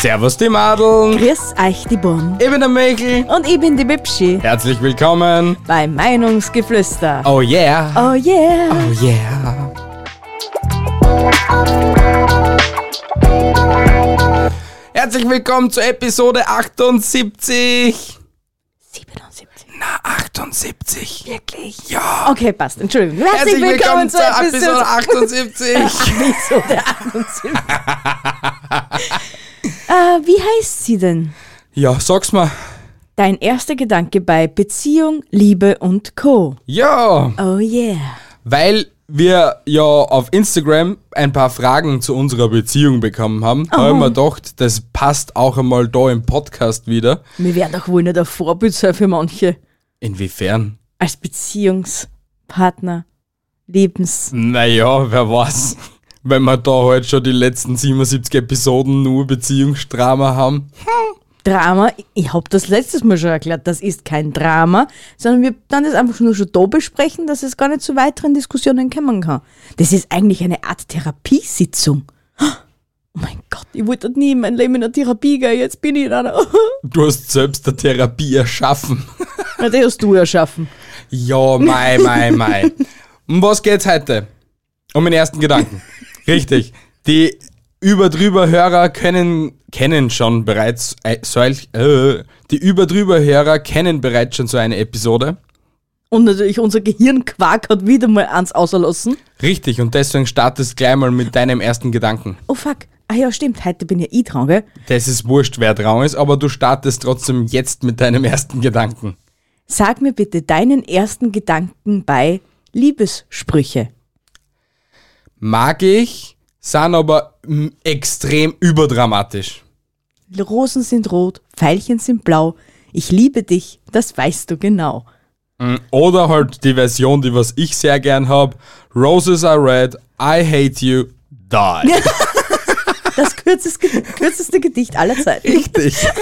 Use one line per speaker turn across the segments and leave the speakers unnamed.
Servus die Madeln,
Grüß euch die Burm.
ich bin der Michael.
Und ich bin die Bibschi
Herzlich willkommen.
bei Meinungsgeflüster.
Oh yeah.
Oh yeah.
Oh yeah. Herzlich willkommen zur Episode 78.
77.
Na, 78.
Wirklich?
Ja.
Okay, passt. Entschuldigung. Herzlich, willkommen, zur Episode
78.
78. äh, wie heißt sie denn?
Ja, sag's mal.
Dein erster Gedanke bei Beziehung, Liebe und Co.
Ja.
Oh yeah.
Weil wir ja auf Instagram ein paar Fragen zu unserer Beziehung bekommen haben, habe ich mir gedacht, das passt auch einmal da im Podcast wieder.
Wir werden doch wohl nicht ein Vorbild sein für manche.
Inwiefern?
Als Beziehungspartner, Lebens.
Naja, wer weiß. Wenn wir da halt schon die letzten 77 Episoden nur Beziehungsdrama haben.
Drama, ich habe das letztes Mal schon erklärt, das ist kein Drama, sondern wir dann das einfach nur schon da besprechen, dass es gar nicht zu weiteren Diskussionen kommen kann. Das ist eigentlich eine Art Therapiesitzung. Oh mein Gott, ich wollte nie in meinem Leben in eine Therapie gehen, jetzt bin ich in einer.
Du hast selbst eine Therapie erschaffen.
Na, das hast du erschaffen.
Ja, mei, mei, mei. Um was geht's heute? Um den ersten Gedanken. Richtig. Die Überdrüber-Hörer kennen, kennen schon bereits äh, solch, äh, die Überdrüber-Hörer kennen bereits schon so eine Episode.
Und natürlich unser Gehirnquark hat wieder mal eins auserlassen.
Richtig, und deswegen startest gleich mal mit deinem ersten Gedanken.
Oh fuck, ah ja stimmt, heute bin ja ich dran, gell?
Das ist wurscht, wer dran ist, aber du startest trotzdem jetzt mit deinem ersten Gedanken.
Sag mir bitte deinen ersten Gedanken bei Liebessprüche.
Mag ich, sind aber mm, extrem überdramatisch.
Rosen sind rot, Veilchen sind blau. Ich liebe dich, das weißt du genau.
Oder halt die Version, die was ich sehr gern habe. Roses are red, I hate you, die.
Das kürzeste, kürzeste Gedicht aller Zeiten.
Richtig.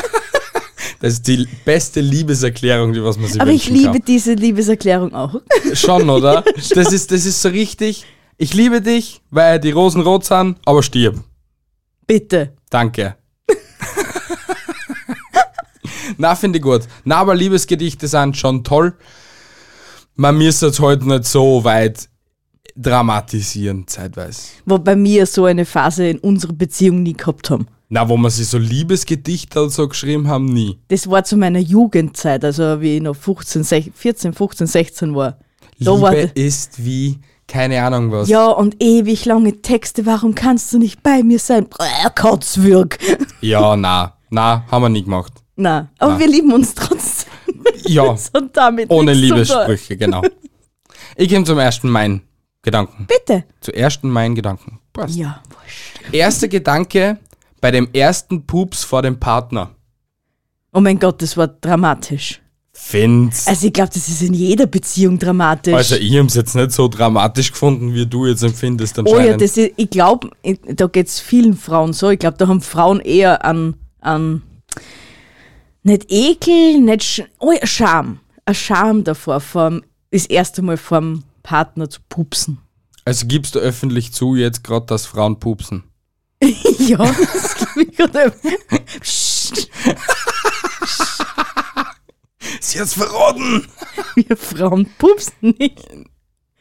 Das ist die beste Liebeserklärung, die was man sich
Aber ich
wünschen
liebe diese Liebeserklärung auch.
kann. Schon, oder? Das ist, das ist so richtig. Ich liebe dich, weil die Rosen rot sind, aber stirb.
Bitte.
Danke. Na, finde ich gut. Na, aber Liebesgedichte sind schon toll. Man müsste es heute nicht so weit dramatisieren, zeitweise.
Wobei wir so eine Phase in unserer Beziehung nie gehabt haben.
Na, wo man sich so Liebesgedichte und so geschrieben haben, nie.
Das war zu meiner Jugendzeit, also wie ich noch 15, 16, 14, 15, 16 war. Da war
Liebe ist wie keine Ahnung was.
ja, und ewig lange Texte, warum kannst du nicht bei mir sein? Brrr, Kotzwürg.
Ja, na, na, haben wir nie gemacht.
Na, aber wir lieben uns trotzdem.
Ja,
Das hat damit
ohne
nichts zu tun.
Liebessprüche, genau. Ich komme zum ersten meinen Gedanken.
Bitte.
Zum ersten meinen Gedanken. Passt.
Ja, wurscht.
Erster Gedanke bei dem ersten Pups vor dem Partner.
Oh mein Gott, das war dramatisch.
Find's.
Also ich glaube, das ist in jeder Beziehung dramatisch.
Also, ich hab's jetzt nicht so dramatisch gefunden, wie du jetzt empfindest
oh
anscheinend.
ja, das ist, ich glaube, da geht's vielen Frauen so. Ich glaube, da haben Frauen eher an, an nicht Ekel, nicht Sch oh ja, Scham. Ein Scham davor, vom, das erste Mal vom Partner zu pupsen.
also gibst du öffentlich zu jetzt gerade, dass Frauen pupsen.
ja, das glaube ich gerade. Psst,
Sie hat's verraten!
wir Frauen pupsen nicht.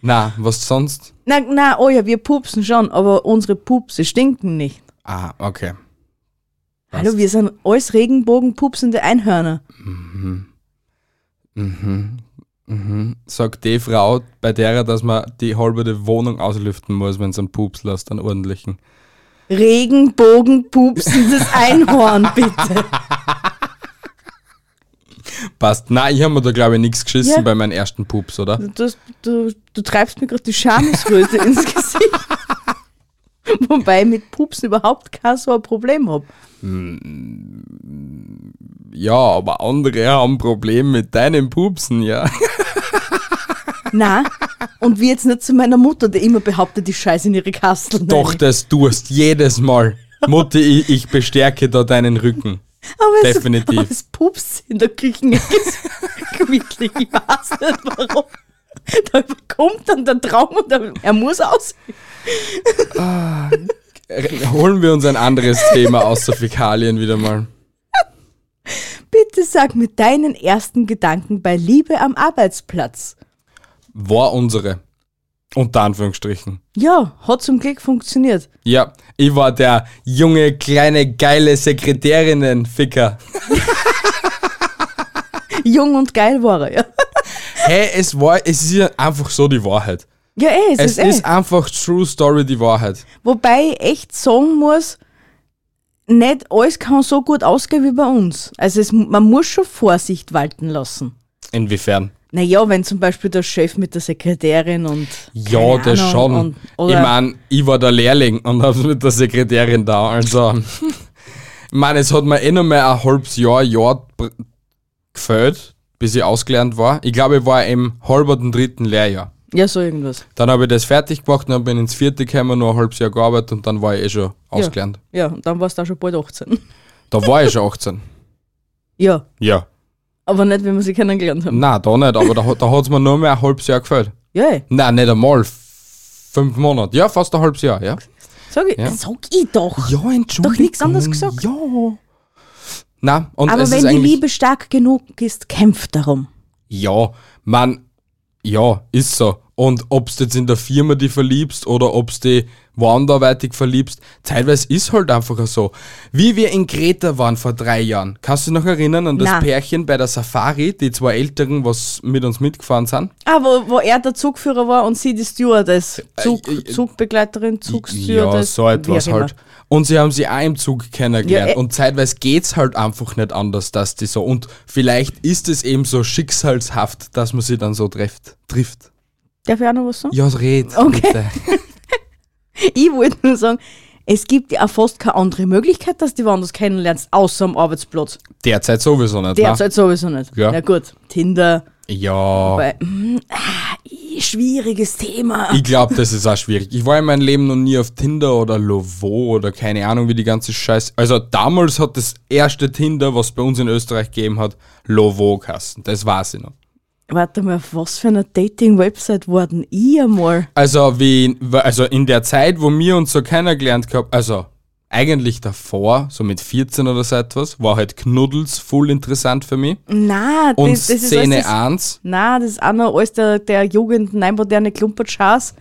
Na, was sonst?
Na, na, oh ja, wir pupsen schon, aber unsere Pupse stinken nicht.
Ah, okay.
Hallo, wir sind alles Regenbogenpupsende Einhörner.
Sagt die Frau, bei derer, dass man die halbe Wohnung auslüften muss, wenn es einen Pups lässt, einen ordentlichen.
Regenbogenpupsendes Einhorn, bitte.
Passt. Nein, ich habe mir da, glaube ich, nichts geschissen
Ja.
bei meinem ersten Pups, oder?
Du, du, du treibst mir gerade die Schamesröte ins Gesicht. Wobei ich mit Pupsen überhaupt kein so ein Problem habe.
Ja, aber andere haben ein Problem mit deinen Pupsen, ja.
Na, und wie jetzt nicht zu meiner Mutter, die immer behauptet, ich scheiße in ihre Kasteln.
Doch, das tust jedes Mal. Mutti, ich, ich bestärke da deinen Rücken.
aber es,
definitiv.
Aber es pupst in der Küche ist gemütlich. Ich weiß nicht warum. Da überkommt dann der Traum und er, er muss aus.
Holen wir uns ein anderes Thema außer Fäkalien wieder mal.
Bitte sag mir deinen ersten Gedanken bei Liebe am Arbeitsplatz.
War unsere. Unter Anführungsstrichen.
Ja, hat zum Glück funktioniert.
Ja, ich war der junge, kleine, geile Sekretärinnen-Ficker.
Jung und geil war er, ja.
Hey, es war, es ist ja einfach so die Wahrheit.
Ja, eh, es,
Es
ist, eh.
ist einfach True Story die Wahrheit.
Wobei ich echt sagen muss, nicht alles kann so gut ausgehen wie bei uns. Also es, man muss schon Vorsicht walten lassen.
Inwiefern?
Naja, wenn zum Beispiel der Chef mit der Sekretärin und.
Ja,
keine
das
Ahnung,
schon.
Und,
ich
oder,
meine, ich war der Lehrling und hab's mit der Sekretärin da. Also, ich meine, es hat mir eh noch mal ein halbes Jahr, Jahr br- gefällt, bis ich ausgelernt war. Ich glaube, ich war im halberten dritten Lehrjahr.
ja, so irgendwas.
Dann habe ich das fertig gemacht und dann bin ins vierte gekommen, noch ein halbes Jahr gearbeitet und dann war ich eh schon ausgelernt.
Ja, und dann warst du auch schon bald 18.
Da war ich schon 18.
Ja,
Ja.
aber nicht, wenn wir sie kennengelernt haben.
Nein, da nicht, aber da, hat- da hat's mir nur mehr ein halbes Jahr gefällt.
Ja, eh,
Nein, nicht einmal. F- Fünf Monate. Ja, fast ein halbes Jahr, ja.
sag ich,
Ja.
sag ich doch.
Ja, Entschuldigung.
Doch nichts anderes gesagt.
Ja. Na, und
aber
es
wenn
ist
die
eigentlich,
Liebe stark genug ist, kämpft darum.
Ja, man, ja, ist so. Und ob du jetzt in der Firma die verliebst oder ob du die woandaweitig verliebst, teilweise ist halt einfach so. Wie wir in Kreta waren vor drei Jahren, kannst du dich noch erinnern an das
Na.
Pärchen bei der Safari, die zwei Älteren, was mit uns mitgefahren sind?
Ah, wo, wo er der Zugführer war und sie die Stewardess. Zug,
Äh, äh,
Zugbegleiterin, Zugstewardess.
Ja, so etwas
wie auch immer.
halt. Und sie haben sie auch im Zug kennengelernt.
Ja, äh-
und zeitweise geht's halt einfach nicht anders, dass die so. Und vielleicht ist es eben so schicksalshaft, dass man sie dann so trifft. trifft.
Darf ich auch noch was sagen?
Ja, red.
Okay.
Bitte.
Ich wollte nur sagen, es gibt ja auch fast keine andere Möglichkeit, dass du die woanders kennenlernst, außer am Arbeitsplatz.
Derzeit sowieso nicht. ne?
Derzeit sowieso nicht.
Ja.
Na gut, Tinder,
Ne? Ja.
bei, hm, ah, schwieriges Thema.
Ich glaube, das ist auch schwierig. Ich war in meinem Leben noch nie auf Tinder oder Lovo oder keine Ahnung, wie die ganze Scheiße. Also damals hat das erste Tinder, was bei uns in Österreich gegeben hat, Lovo kassen. Das weiß ich noch.
Warte mal, auf was für einer Dating-Website war denn ich einmal?
Also wie also in der Zeit, wo wir uns so kennengelernt haben, also eigentlich davor, so mit 14 oder so etwas, war halt Knuddels voll interessant für mich.
Na,
Und
das, das ist alles
Szene
das,
1,
Na, das ist auch noch alles der, der Jugend, nein, moderne Klumpertschaß.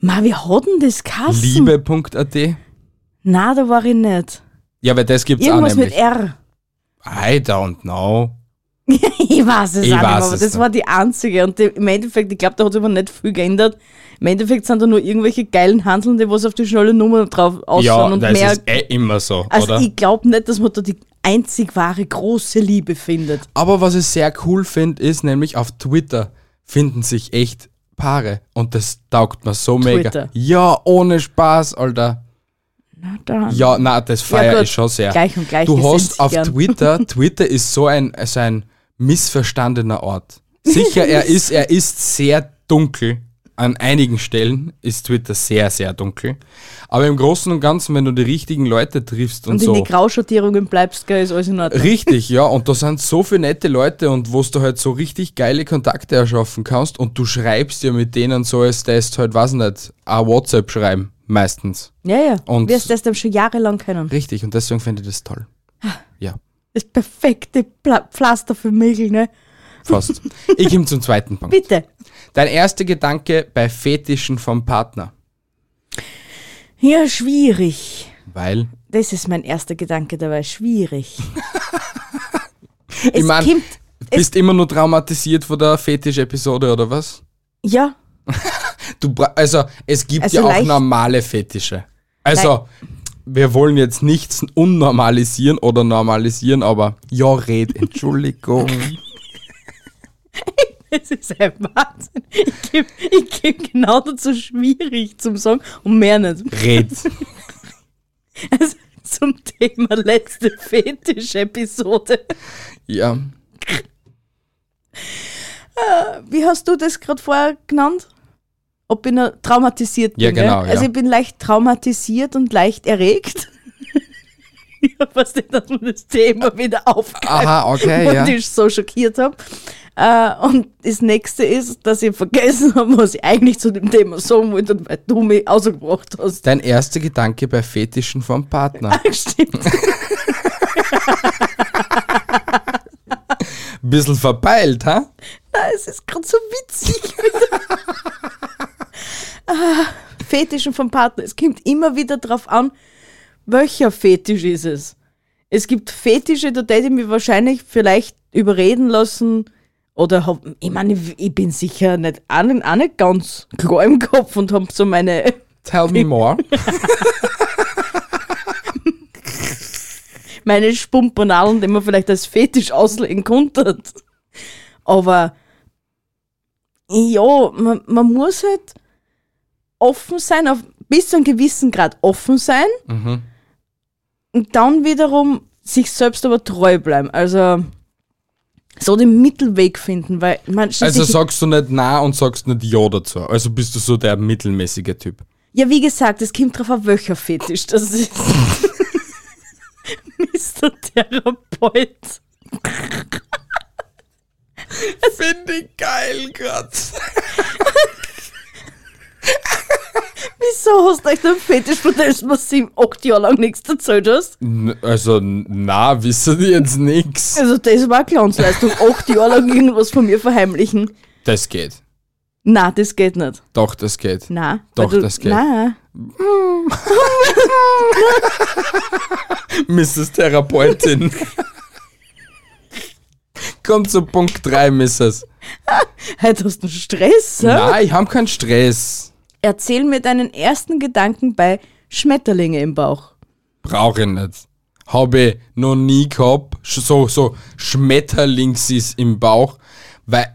Ma, wie hat denn das Kassen?
liebe.at.
Na, da war ich nicht.
Ja, weil das gibt's
Irgendwas
auch
mit
nämlich.
R.
I don't know.
Ich weiß es
Ich
auch nicht, mehr,
weiß
aber
es
das
nicht.
war die einzige. Und die, im Endeffekt, ich glaube, da hat sich aber nicht viel geändert. Im Endeffekt sind da nur irgendwelche geilen Handelnde, was auf die schnelle Nummer drauf aussehen
ja,
und
das
mehr.
ist eh immer so,
Also
oder?
ich glaube nicht, dass man da die einzig wahre große Liebe findet.
Aber was ich sehr cool finde, ist nämlich auf Twitter finden sich echt Paare und das taugt mir so mega.
Twitter.
Ja, ohne Spaß, Alter.
Na dann.
Ja, na, das feiere
gut.
ich schon sehr.
Gleich und gleich,
Du
wir
hast
sind's
auf
gern.
Twitter, Twitter ist so ein, so ein missverstandener Ort. Sicher, er ist, er ist sehr dunkel. An einigen Stellen ist Twitter sehr, sehr dunkel. Aber im Großen und Ganzen, wenn du die richtigen Leute triffst und,
und in
so.
die Grauschattierungen bleibst, gell, ist alles in Ordnung.
Richtig, ja. Und da sind so viele nette Leute und wo du halt so richtig geile Kontakte erschaffen kannst und du schreibst ja mit denen so, als das halt, weiß nicht, auch WhatsApp schreiben, meistens.
Ja, ja.
Und-
Wirst das dann schon jahrelang können.
Richtig, und deswegen finde ich das toll.
Ah.
Ja.
Das perfekte Pla Pflaster für Mägel, ne?
Fast. Ich komme zum zweiten Punkt.
Bitte.
Dein erster Gedanke bei Fetischen vom Partner.
Ja, schwierig.
Weil.
Das ist mein erster Gedanke dabei. Schwierig. es
ich meine,
kommt-
bist immer nur traumatisiert von der Fetisch-Episode oder was?
Ja,
Du bra also, es gibt
Also
ja auch
leicht-
normale Fetische. Also, wir wollen jetzt nichts unnormalisieren oder normalisieren, aber ja, red, Entschuldigung.
Es ist ein Wahnsinn. Ich gebe ich geb genau dazu schwierig zum Song und mehr nicht.
Red.
Also zum Thema letzte Fetisch-Episode.
Ja.
Wie hast du das gerade vorher genannt? Ob ich noch traumatisiert bin.
Ja, genau,
Gell? Also
ja.
ich bin leicht traumatisiert und leicht erregt. Ich hab fast nicht, dass man das Thema wieder aufgreift.
Aha, okay,
und
ja.
ich so schockiert habe. Äh, und das nächste ist, dass ich vergessen habe, was ich eigentlich zu dem Thema sagen wollte und weil du mich ausgebracht hast.
Dein erster Gedanke bei Fetischen vom Partner.
Stimmt.
Bisschen verpeilt, ha?
Nein, es ist gerade so witzig. Ah, Fetischen vom Partner. Es kommt immer wieder drauf an, welcher Fetisch ist es. Es gibt Fetische, da hätte ich mich wahrscheinlich vielleicht überreden lassen. Oder hab, ich meine, ich bin sicher nicht, auch nicht, auch nicht ganz klar im Kopf und habe so meine
Tell me more.
meine Spumpanalen, die man vielleicht als Fetisch auslegen konnte. Aber ja, man, man muss halt offen sein, auf, bis zu einem gewissen Grad offen sein und dann wiederum sich selbst aber treu bleiben. Also so den Mittelweg finden, weil man
Also
schließlich-
sagst du nicht na und sagst nicht ja dazu. Also bist du so der mittelmäßige Typ.
Ja, wie gesagt, es kommt drauf an, welcher Fetisch das ist. Mr. Therapeut.
Finde ich geil, Gott.
Wieso hast du echt einen Fetisch, von dem du mir sieben, acht Jahre lang nichts erzählt hast?
Also, na, wissen die jetzt nix.
Also das war eine Clownsleistung, acht Jahre lang irgendwas von mir verheimlichen.
Das geht.
Na, das geht nicht.
Doch, das geht.
Na,
Doch, das geht.
Na,
Mrs. Therapeutin. Kommt zu Punkt 3, Mrs.
heute hast du einen Stress. hä?
Nein, ich hab keinen Stress.
Erzähl mir deinen ersten Gedanken bei Schmetterlinge im Bauch.
Brauche ich nicht. Habe ich noch nie gehabt. Sch- So, so Schmetterlings ist im Bauch. Weil,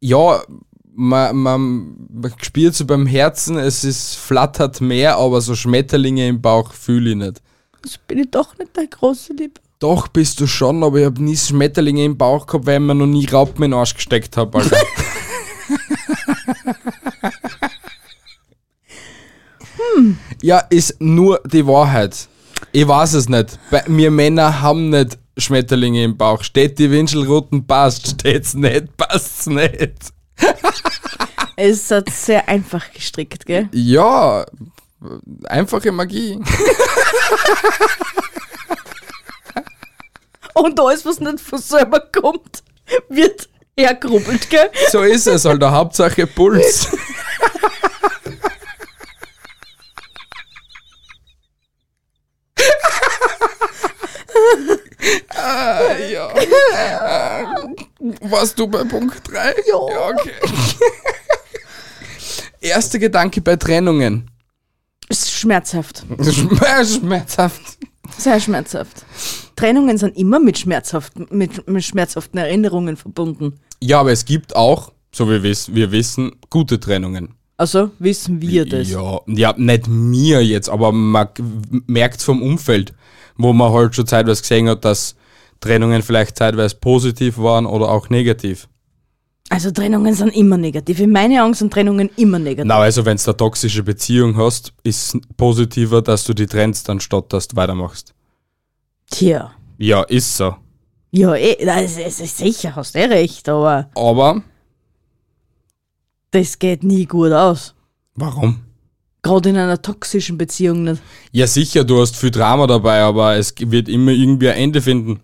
ja, man, man, man spürt so beim Herzen, es ist, flattert mehr, aber so Schmetterlinge im Bauch fühle ich nicht.
Das bin ich doch nicht der große Liebe.
Doch, bist du schon, aber ich habe nie Schmetterlinge im Bauch gehabt, weil ich mir noch nie Raupen in den Arsch gesteckt habe, Alter. Hm. Ja, ist nur die Wahrheit. Ich weiß es nicht. Bei, wir Männer haben nicht Schmetterlinge im Bauch. Steht die Winschelruten, passt. Steht's nicht, passt's nicht.
Es hat sehr einfach gestrickt, gell?
Ja, einfache Magie.
Und alles, was nicht von selber kommt, wird hergerubbelt, gell?
So ist es, Alter. Hauptsache Puls. ah, ja. Warst du bei Punkt 3? Ja. okay. Erster Gedanke bei Trennungen.
Ist schmerzhaft.
Schmerzhaft.
Sehr schmerzhaft. Trennungen sind immer mit, schmerzhaften, mit, mit schmerzhaften Erinnerungen verbunden.
Ja, aber es gibt auch, so wie wir, wiss- wir wissen, gute Trennungen.
Also wissen wir das.
Ja, ja, nicht mir jetzt, aber man merkt vom Umfeld, wo man halt schon zeitweise gesehen hat, dass Trennungen vielleicht zeitweise positiv waren oder auch negativ.
Also Trennungen sind immer negativ. In meiner Angst sind Trennungen immer negativ.
Na, also wenn du eine toxische Beziehung hast, ist positiver, dass du die trennst, anstatt dass du weitermachst.
Tja.
Ja, ist so.
Ja, eh, das ist, ist sicher, hast eh recht, aber
Aber
das geht nie gut aus.
warum?
Gerade in einer toxischen Beziehung nicht.
Ja, sicher, du hast viel Drama dabei, aber es wird immer irgendwie ein Ende finden.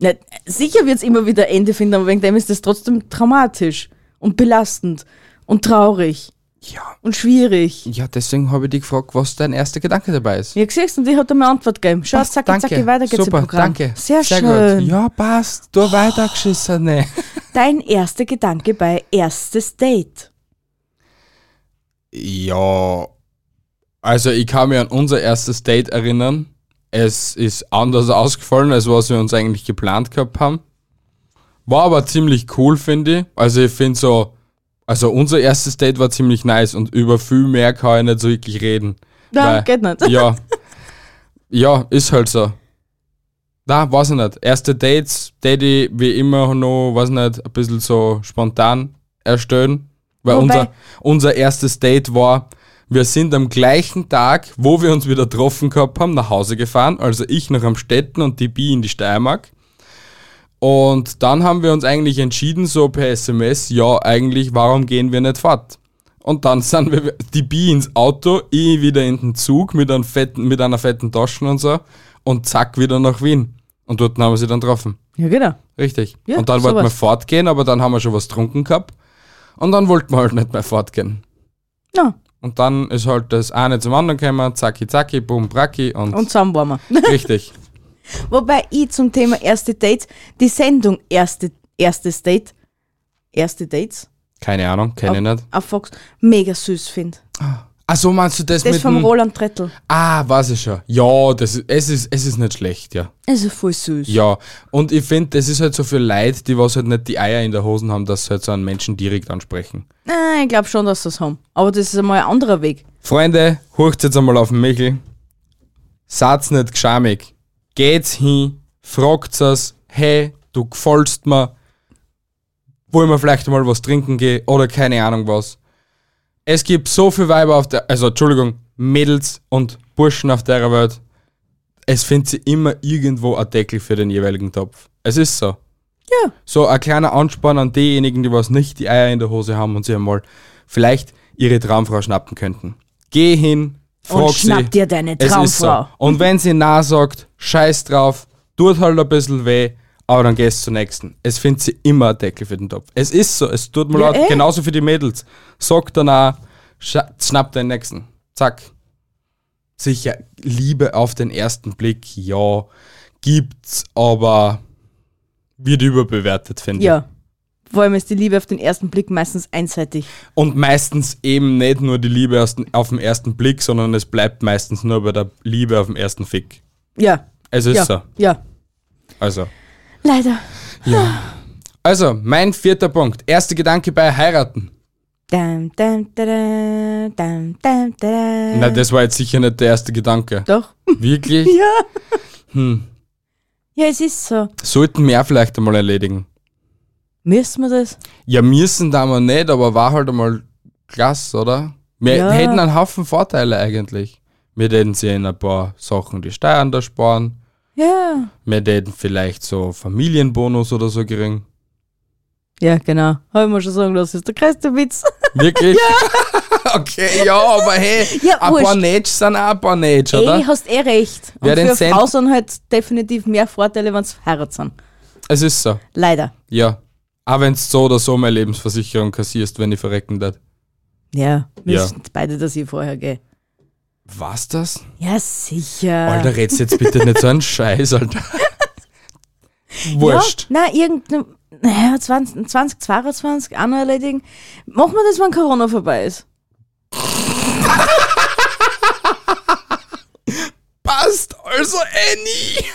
Nicht, sicher wird es immer wieder ein Ende finden, aber wegen dem ist das trotzdem traumatisch und belastend und traurig
Ja.
und schwierig.
Ja, deswegen habe ich dich gefragt, was dein erster Gedanke dabei ist.
Wie gesagt, und ich hat mir eine Antwort gegeben. Schau,
Passt,
zack, zack, weiter geht's
Super,
im Programm.
danke.
Sehr, schön. Oh.
Gut. Ja, passt. Du weiter, Geschissene.
Dein erster Gedanke bei erstes Date.
Ja, also ich kann mich an unser erstes Date erinnern. Es ist anders ausgefallen, als was wir uns eigentlich geplant gehabt haben. War aber ziemlich cool, finde ich. Also ich finde so, also unser erstes Date war ziemlich nice und über viel mehr kann ich nicht so wirklich reden.
Nein,
Weil-
geht nicht.
Ja. Ja, ist halt so. Na, weiß ich nicht. Erste Dates, Daddy, wie immer noch, weiß nicht, ein bisschen so spontan erstellen. Weil
Wobei-
unser, unser erstes Date war, wir sind am gleichen Tag, wo wir uns wieder getroffen gehabt haben, nach Hause gefahren. Also ich nach Amstetten und die Bi in die Steiermark. Und dann haben wir uns eigentlich entschieden, so per SMS, ja, eigentlich, warum gehen wir nicht fort? Und dann sind wir die Bi ins Auto, ich wieder in den Zug mit, einem fetten, mit einer fetten Tasche und so und zack, wieder nach Wien. Und dort haben wir sie dann getroffen.
Ja, genau.
Richtig.
Ja,
und dann wollten wir
sowas.
fortgehen, aber dann haben wir schon was getrunken gehabt. Und dann wollten wir halt nicht mehr fortgehen.
Ja,
Und dann ist halt das eine zum anderen gekommen, zacki zacki, boom bracki und,
und zusammen waren wir.
richtig.
Wobei ich zum Thema erste Dates, die Sendung erste, erstes Date, erste Dates
Keine Ahnung, kenne ich nicht.
auf Fox mega süß finde.
Ach so, meinst du das,
Das
mit
vom
dem-
Roland Trettel.
Ah, weiß ich schon. Ja, das ist, es, ist, es ist nicht schlecht, ja.
Also voll süß.
Ja, und ich finde, das ist halt so für Leute, die was halt nicht die Eier in der Hosen haben, dass sie halt so einen Menschen direkt ansprechen.
Nein, ich glaube schon, dass sie es haben. Aber das ist einmal ein anderer Weg.
Freunde, hurcht jetzt einmal auf den Michel. Seid's nicht geschamig. Geht's hin, fragt's es, hey, du gefällst mir, wollen wir vielleicht mal was trinken gehen oder keine Ahnung was. Es gibt so viele Weiber auf der, also Entschuldigung, Mädels und Burschen auf der Welt. Es findet sie immer irgendwo ein Deckel für den jeweiligen Topf. Es ist so.
Ja.
So ein kleiner Ansporn an diejenigen, die was nicht die Eier in der Hose haben und sie einmal vielleicht ihre Traumfrau schnappen könnten. Geh hin, frag
Und
sie.
schnapp dir deine
Es ist so.
Traumfrau.
Und wenn sie nah sagt, scheiß drauf, tut halt ein bisschen weh, aber dann gehst zur nächsten. Es findet sie immer ein Deckel für den Topf. Es ist so, es tut mir
Ja,
leid,
eh.
genauso für die Mädels. Sag danach, scha- schnapp den nächsten. Zack. Sicher, Liebe auf den ersten Blick, ja, gibt's, aber wird überbewertet, finde ich.
Ja. Vor allem ist die Liebe auf den ersten Blick meistens einseitig.
Und meistens eben nicht nur die Liebe aus den- auf den ersten Blick, sondern es bleibt meistens nur bei der Liebe auf dem ersten Fick.
Ja.
Es ist
ja.
so.
Ja.
Also.
Leider.
Also, mein vierter Punkt. Erster Gedanke bei heiraten.
Dam, dam, dam, dam, dam, dam.
Na, das war jetzt sicher nicht der erste Gedanke.
Doch.
Wirklich?
Ja.
Hm.
Ja, es ist so.
Sollten wir vielleicht einmal erledigen.
Müssen wir das?
Ja, müssen da mal nicht, aber war halt einmal klasse, oder? Wir
Ja.
hätten einen Haufen Vorteile eigentlich. Wir hätten sie in ein paar Sachen die Steuern da sparen.
Ja.
Wir hätten vielleicht so Familienbonus oder so gering.
Ja, genau. Habe ich mir schon sagen lassen, ist der größte Witz.
Wirklich? okay, ja, aber hey,
Ja,
ein
wurscht.
paar Nage sind auch ein paar Nage,
Ey,
oder?
hast eh recht. Und
Wer den
für
Cent-
Frauen sind halt definitiv mehr Vorteile, wenn sie verheiratet sind.
Es ist so.
Leider.
Ja. Auch wenn so oder so meine Lebensversicherung kassierst, wenn ich verrecken darf.
Ja.
Ja.
Wissen beide, dass ich vorher gehe.
Was das?
Ja, sicher.
Alter, redst jetzt bitte nicht so einen Scheiß, Alter. Wurscht.
Ja, nein, irgendein, naja, 20, 2022, auch noch erledigen. Machen wir das, wenn Corona vorbei ist.
Passt also, Annie.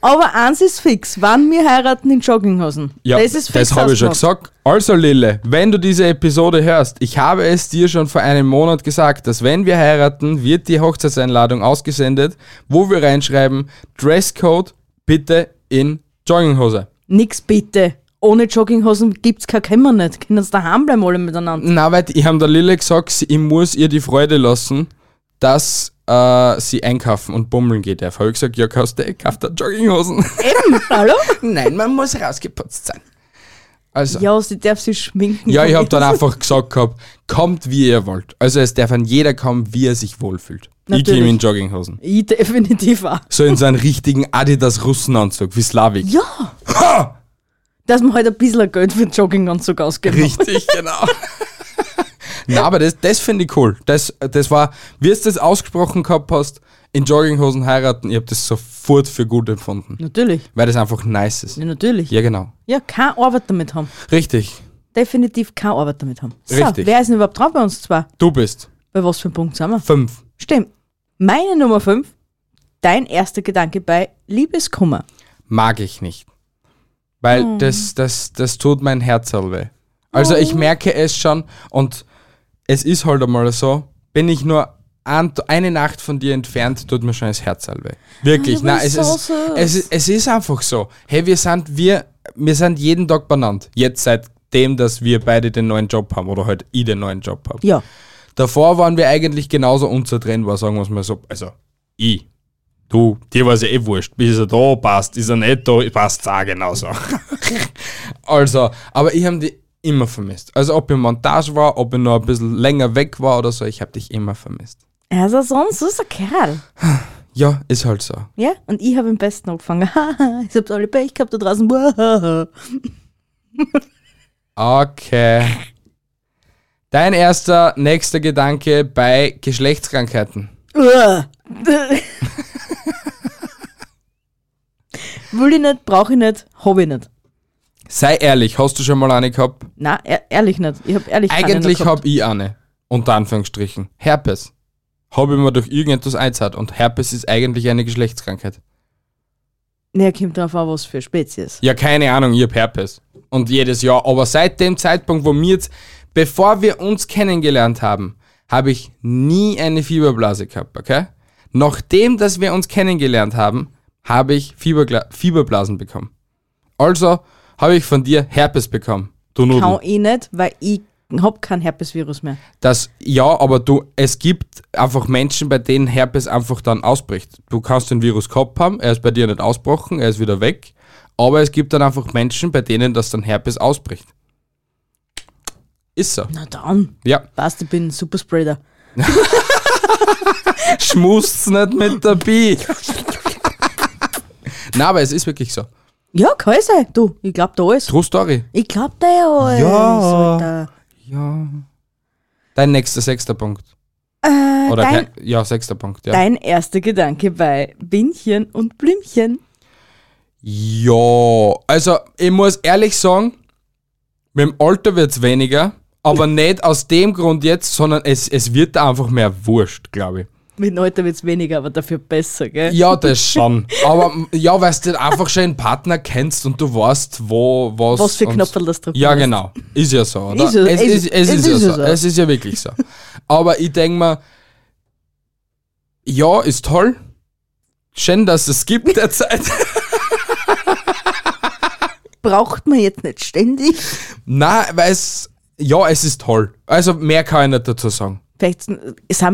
Aber eins ist fix, wann wir heiraten in Jogginghosen.
Ja,
das ist fix.
das habe ich schon
ausgemacht.
gesagt. Also Lille, wenn du diese Episode hörst, ich habe es dir schon vor einem Monat gesagt, dass wenn wir heiraten, wird die Hochzeitseinladung ausgesendet, wo wir reinschreiben, Dresscode bitte in Jogginghose.
Nix bitte. Ohne Jogginghosen gibt's kein Kämmer nicht. Können uns daheim bleiben alle miteinander.
Na, weil ich habe der Lille gesagt, sie- ich muss ihr die Freude lassen, dass äh, sie einkaufen und bummeln geht. Er habe ich gesagt, ja, kannst du, eh, kauf da Jogginghosen.
Eben, hallo?
Nein, man muss rausgeputzt sein. Also.
Ja, sie darf sich schminken.
Ja, ich hab dann einfach gesagt gehabt, kommt wie ihr wollt. Also es darf an jeder kommen, wie er sich wohlfühlt. Ich
Natürlich.
gehe in Jogginghosen.
Ich definitiv auch.
So in so einen richtigen Adidas-Russenanzug, wie Slavik.
Ja. Dass man halt ein bisschen ein Geld für den Jogginganzug ausgibt.
Richtig, genau. Na, aber das, das finde ich cool. Das, das war, wie es das ausgesprochen gehabt hast, in Jogginghosen heiraten, ich hab das sofort für gut empfunden.
Natürlich.
Weil das einfach nice ist.
Ja, natürlich.
Ja, genau.
Ja, keine Arbeit damit haben.
Richtig.
Definitiv keine Arbeit damit haben. So,
Richtig.
wer ist denn überhaupt dran bei uns zwei?
Du bist
Bei was für einem Punkt sind wir?
fünf.
Stimmt. Meine Nummer 5, dein erster Gedanke bei Liebeskummer.
Mag ich nicht. Weil
Hm.
das, das, das tut mein Herz weh. Also ich merke es schon und es ist halt einmal so, bin ich nur ein, eine Nacht von dir entfernt, tut mir schon das Herz weh. Wirklich.
Ah, du
Nein, es,
bist so
ist,
süß.
es, ist, es ist einfach so. Hey, wir sind, wir, wir sind jeden Tag benannt. Jetzt seitdem, dass wir beide den neuen Job haben oder halt ich den neuen Job habe.
Ja.
Davor waren wir eigentlich genauso unzertrennbar, sagen wir es mal so. Also, ich. Du, dir war es ja eh wurscht. Ist er da, passt. Ist er nicht da, passt auch genauso. also, aber ich habe dich immer vermisst. Also, ob ich im Montage war, ob ich noch ein bisschen länger weg war oder so, ich habe dich immer vermisst.
Er Also ist so ein süßer Kerl.
Ja, ist halt so.
Ja, und ich habe am besten angefangen. Haha, ich habe alle Pech gehabt da draußen. Wahaha.
Okay. Dein erster, nächster Gedanke bei Geschlechtskrankheiten.
Uah. Will ich nicht, brauche ich nicht, habe ich nicht.
Sei ehrlich, hast du schon mal eine gehabt?
Na, ehr- e-, ehrlich nicht. Ich habe ehrlich keine
Eigentlich
nicht gehabt.
hab ich eine. Unter Anführungsstrichen. Herpes. Habe ich mir durch irgendetwas einzahlt. Und Herpes ist eigentlich eine Geschlechtskrankheit.
Naja, kommt drauf an, was für Spezies.
Ja, keine Ahnung, ich hab Herpes. Und jedes Jahr. Aber seit dem Zeitpunkt, wo wir jetzt, bevor wir uns kennengelernt haben, habe ich nie eine Fieberblase gehabt, okay? Nachdem, dass wir uns kennengelernt haben, habe ich Fiebergla Fieberblasen bekommen. Also habe ich von dir Herpes bekommen. Du Nudel.
Kann ich nicht, weil ich habe kein Herpesvirus mehr.
dass ja, aber du, es gibt einfach Menschen, bei denen Herpes einfach dann ausbricht. Du kannst den Virus gehabt haben, er ist bei dir nicht ausbrochen, er ist wieder weg, aber es gibt dann einfach Menschen, bei denen das dann Herpes ausbricht. Ist so.
Na dann,
Ja.
passt, ich bin ein Superspreader.
Schmust's nicht mit der Bi. Na, aber es ist wirklich so.
Ja, kann sein. Du, ich glaub da alles.
True Story.
Ich glaub da ja alles.
Ja.
Alter.
Ja. Dein nächster sechster Punkt.
Äh,
Oder
dein,
kein, ja, sechster Punkt, ja.
dein erster Gedanke bei Bienchen und Blümchen.
Ja, also ich muss ehrlich sagen, mit dem Alter wird's weniger, aber nicht aus dem Grund jetzt, sondern es, es wird einfach mehr wurscht, glaube ich.
Mit dem Alter wird's weniger, aber dafür besser, gell?
Ja, das schon. aber m- ja, weil du einfach schon einen Partner kennst und du weißt, wo, was.
Was für
und-
Knopferl das drauf
Ja,
ist.
genau. Ist ja so, oder?
Ist ja-
es, ist, es, ist, ja so.
so.
Es ist ja wirklich so. Aber ich denke mir, ja, ist toll. Schön, dass es gibt derzeit.
Braucht man jetzt nicht ständig.
Na, weil es, ja, es ist toll. Also mehr kann ich nicht dazu sagen.
Vielleicht sind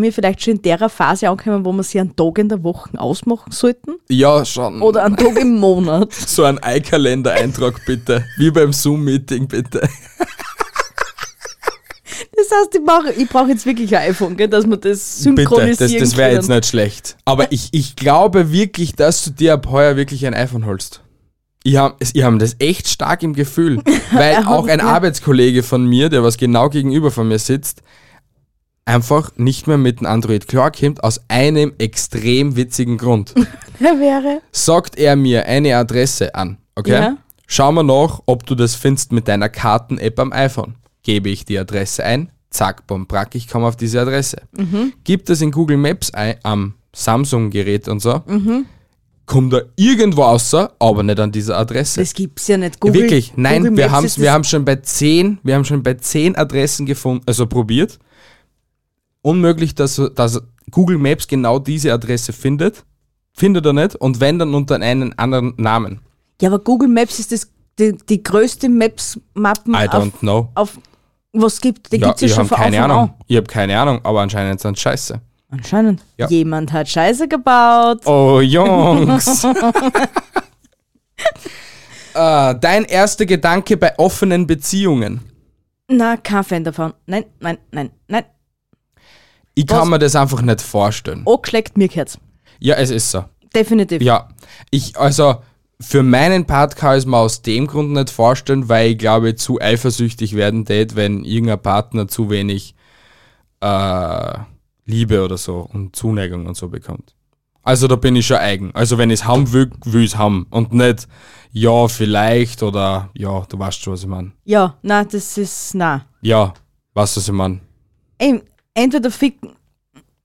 wir vielleicht schon in der Phase angekommen, wo wir sie einen Tag in der Woche ausmachen sollten.
Ja, schon.
Oder einen Tag im Monat.
so ein Eikalender-Eintrag bitte. Wie beim Zoom-Meeting bitte.
Das heißt, ich, mache- ich brauche jetzt wirklich ein iPhone, gell, dass wir das
Bitte,
synchronisieren
das, das wäre jetzt
können.
nicht schlecht. Aber ich, ich glaube wirklich, dass du dir ab heuer wirklich ein iPhone holst. Ich habe ich hab das echt stark im Gefühl, weil auch ein Arbeitskollege von mir, der was genau gegenüber von mir sitzt, einfach nicht mehr mit dem Android klarkommt, aus einem extrem witzigen Grund. ne-
Der wäre.
sagt er mir eine Adresse an, okay?
Ja.
Schau mal nach, ob du das findest mit deiner Karten-App am iPhone. Gebe ich die Adresse ein, zack, bumm, brack, ich komme auf diese Adresse. Gib das in Google Maps ein, am Samsung-Gerät und so, kommt da irgendwo außer, aber nicht an dieser Adresse.
Das gibt's ja nicht. Google,
Wirklich, nein,
Google
wir
Maps
haben
ist
wir
das-
haben schon bei zehn, wir haben schon bei zehn Adressen gefunden, also probiert. Unmöglich, dass, dass Google Maps genau diese Adresse findet. Findet er nicht und wenn dann unter einen anderen Namen.
Ja, aber Google Maps ist das, die, die größte Maps-Mappen
I don't
Hm, auf,
know.
auf was gibt. Die gibt's ja
ich
schon
habe
von
keine
Anfang
Ahnung.
an.
Ich habe keine Ahnung, aber anscheinend sind scheiße.
Anscheinend.
Ja.
Jemand hat Scheiße gebaut.
Oh Jungs. äh, dein erster Gedanke bei offenen Beziehungen.
Na, kein Fan davon. Nein, nein, nein, nein.
Ich
Was?
kann mir das einfach nicht vorstellen.
Angeschleckt, mir gehört's.
Ja, es ist so.
Definitiv.
Ja, ich, also für meinen Part kann ich es mir aus dem Grund nicht vorstellen, weil ich glaube, ich zu eifersüchtig werden tät, wenn irgendein Partner zu wenig äh, Liebe oder so und Zuneigung und so bekommt. Also da bin ich schon eigen. Also wenn ich es haben will, will ich es haben. Und nicht, ja, vielleicht oder ja, du weißt schon, was ich meine.
Ja, na, das ist, na.
Ja, weißt du, was ich meine.
Eben, entweder fick,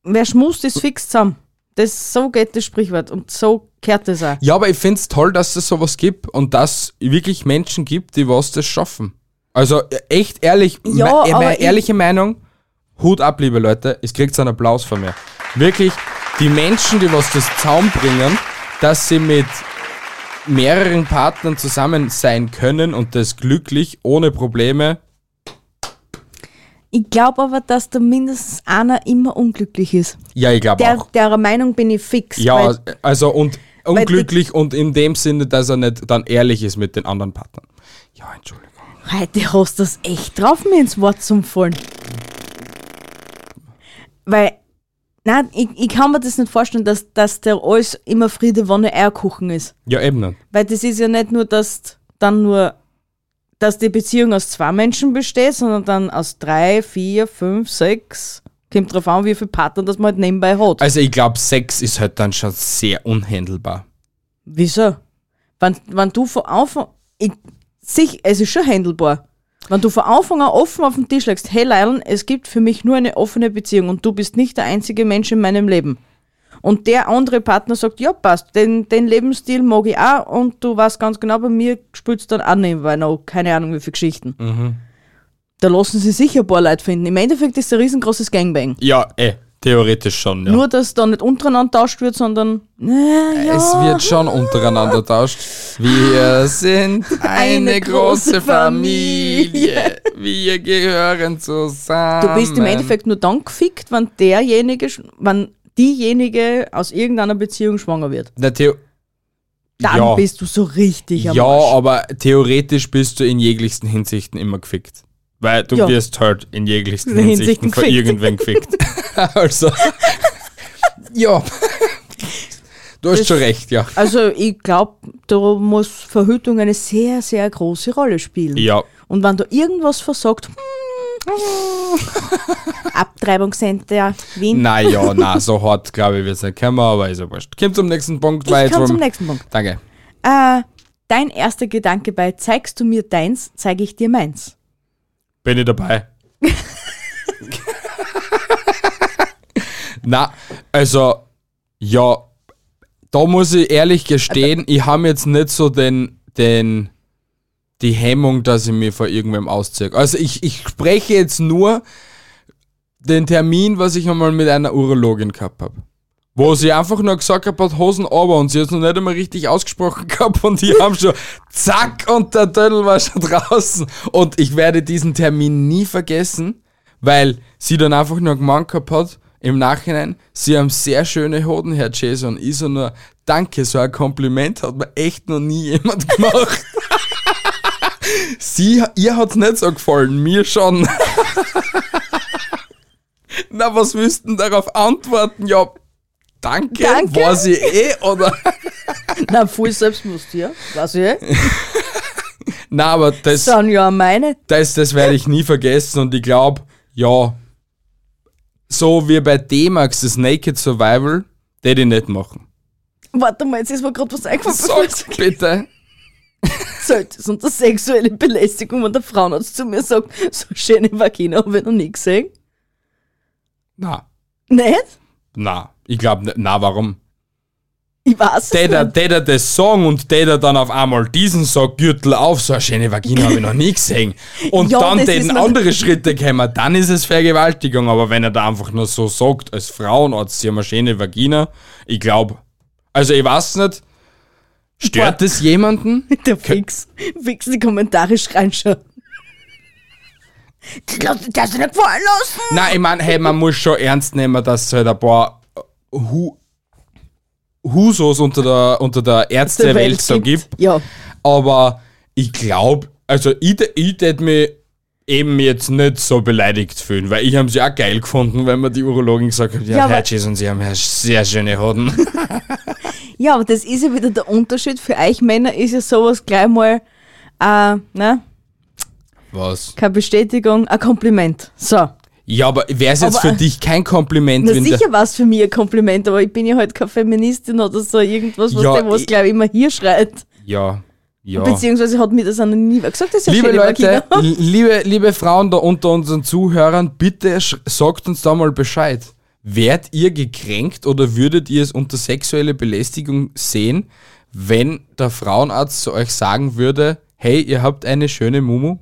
wer schmust, ist fix zusammen. Das, so geht das Sprichwort. Und so Kehrt das auch.
Ja, aber ich find's toll, dass es sowas gibt und dass es wirklich Menschen gibt, die was das schaffen. Also echt ehrlich,
Ja,
me- äh,
aber
meine
ich-
ehrliche Meinung, Hut ab, liebe Leute, es kriegt einen Applaus von mir. Wirklich, die Menschen, die was das Zaum bringen, dass sie mit mehreren Partnern zusammen sein können und das glücklich, ohne Probleme.
Ich glaube aber, dass da mindestens einer immer unglücklich ist.
Ja, ich glaube
Der,
auch.
derer Meinung bin ich fix.
Ja,
weil
also und
die-
unglücklich und in dem Sinne, dass er nicht dann ehrlich ist mit den anderen Partnern. Ja, Entschuldigung.
Heute hast du das echt drauf, mir ins Wort zum Fallen. Weil, nein, ich, ich kann mir das nicht vorstellen, dass, dass der alles immer Friede, Wonne, Eierkuchen ist.
Ja, eben nicht.
Weil das ist ja nicht nur, dass d- dann nur, dass die Beziehung aus zwei Menschen besteht, sondern dann aus drei, vier, fünf, sechs. Kommt drauf an, wie viel Partner das man halt nebenbei hat.
Also ich glaube, Sex ist halt dann schon sehr unhändelbar.
Wieso? Wenn, wenn du von Anfang ich, sich, es ist schon handelbar. Wenn du von Anfang an offen auf den Tisch legst, hey Leilen, es gibt für mich nur eine offene Beziehung und du bist nicht der einzige Mensch in meinem Leben. Und der andere Partner sagt, ja passt, den, den Lebensstil mag ich auch und du weißt ganz genau, bei mir spürst du dann auch nebenbei noch keine Ahnung wie viele Geschichten.
Mhm.
Da lassen sie sicher ein paar Leute finden. Im Endeffekt ist es ein riesengroßes Gangbang.
Ja, eh, theoretisch schon, ja.
Nur, dass da nicht untereinander tauscht wird, sondern äh, ja.
es wird schon untereinander tauscht. Wir sind eine,
Eine
große
große
Familie. Wir gehören zusammen.
Du bist im Endeffekt nur dann gefickt, wenn derjenige, sch- wenn diejenige aus irgendeiner Beziehung schwanger wird.
Na, Theo
Dann
ja,
bist du so richtig am
ja
Arsch.
aber theoretisch bist du in jeglichsten Hinsichten immer gefickt. Weil du
Ja.
wirst halt in jeglichsten
In
Hinsichten
Hinsichten
von
gefickt.
irgendwen gefickt. also, ja. Du hast
Das-
schon recht, ja.
Also ich glaube, da muss Verhütung eine sehr, sehr große Rolle spielen.
Ja,
Und wenn da irgendwas versagt, hm, Abtreibungscenter Wien.
Naja, na, so hart glaube ich wird's nicht kommen, aber ist ja wurscht. Kommt zum nächsten Punkt, weil
ich
jetzt
kann
wollen
zum
wir-
nächsten Punkt.
Danke.
Äh, dein erster Gedanke bei zeigst du mir deins, zeige ich dir meins.
Bin ich dabei. na, also, ja, da muss ich ehrlich gestehen, ich habe jetzt nicht so den, den, die Hemmung, dass ich mir vor irgendwem ausziehe. Also ich, ich spreche jetzt nur den Termin, was ich einmal mit einer Urologin gehabt habe. Wo sie einfach nur gesagt hat, hat Hosen aber und sie hat es noch nicht einmal richtig ausgesprochen gehabt und die haben schon zack und der Dödel war schon draußen. Und ich werde diesen Termin nie vergessen, weil sie dann einfach nur gemeint gehabt hat, im Nachhinein, sie haben sehr schöne Hoden, Herr Jason. Ich so nur, danke, so ein Kompliment hat mir echt noch nie jemand gemacht. sie, ihr hat's nicht so gefallen, mir schon. Na, was wüssten darauf antworten? Ja, danke,
Danke.
war sie eh, oder?
Na, voll selbstbewusst, ja? Weiß ich. eh.
Na, aber das,
Sind ja meine.
das, das werde ich nie vergessen und ich glaube, ja, so wie bei D-Max, das Naked Survival, der ich nicht machen.
Warte mal, jetzt ist mir gerade was eingefallen. bevor ich's
Sag's bitte.
zählt es unter sexuelle Belästigung, wenn der Frauenarzt zu mir sagt, so schöne Vagina habe ich noch nie gesehen.
Na,
Nicht?
na, ich glaube, na, warum?
Ich weiß es
der,
nicht.
der, der das Song und der, der dann auf einmal diesen Sockkürtel auf, so eine schöne Vagina habe ich noch nie gesehen. Und
Ja,
dann
das
den
ist mir-
andere Schritte kämen, dann ist es Vergewaltigung. Aber wenn er da einfach nur so sagt, als Frauenarzt, sie haben eine schöne Vagina, ich glaube, also ich weiß nicht, stört das jemanden?
Der fix, fix die Kommentare schreien schon. Das lass dich das nicht gefallen lassen.
Nein, ich meine, hey, man muss schon ernst nehmen, dass halt ein paar Hu Husos unter der, unter der
Der
Ärztewelt so gibt.
Ja,
Aber ich glaube, also ich, tät- ich tät mich eben jetzt nicht so beleidigt fühlen, weil ich habe sie auch geil gefunden, wenn mir die Urologin gesagt hat, ja,
Ja,
ja
aber-
Hedges und sie haben ja sehr schöne Hoden.
ja, aber das ist ja wieder der Unterschied. Für euch Männer ist ja sowas gleich mal, äh, ne,
Was?
keine Bestätigung, ein Kompliment. So.
Ja, aber wäre es jetzt
Aber-
für dich kein Kompliment,
Na
wenn
sicher war es für mich ein Kompliment, aber ich bin ja halt keine Feministin oder so irgendwas, was
Ja,
der was
ich-
glaube ich immer hier schreit.
der... Ja, ja.
Beziehungsweise hat mir das einer nie gesagt, das ist ja
Liebe
schöne
Leute,
Vagina.
liebe, liebe Frauen da unter unseren Zuhörern, bitte sch- sagt uns da mal Bescheid. Wärt ihr gekränkt oder würdet ihr es unter sexuelle Belästigung sehen, wenn der Frauenarzt zu euch sagen würde, hey, ihr habt eine schöne Mumu,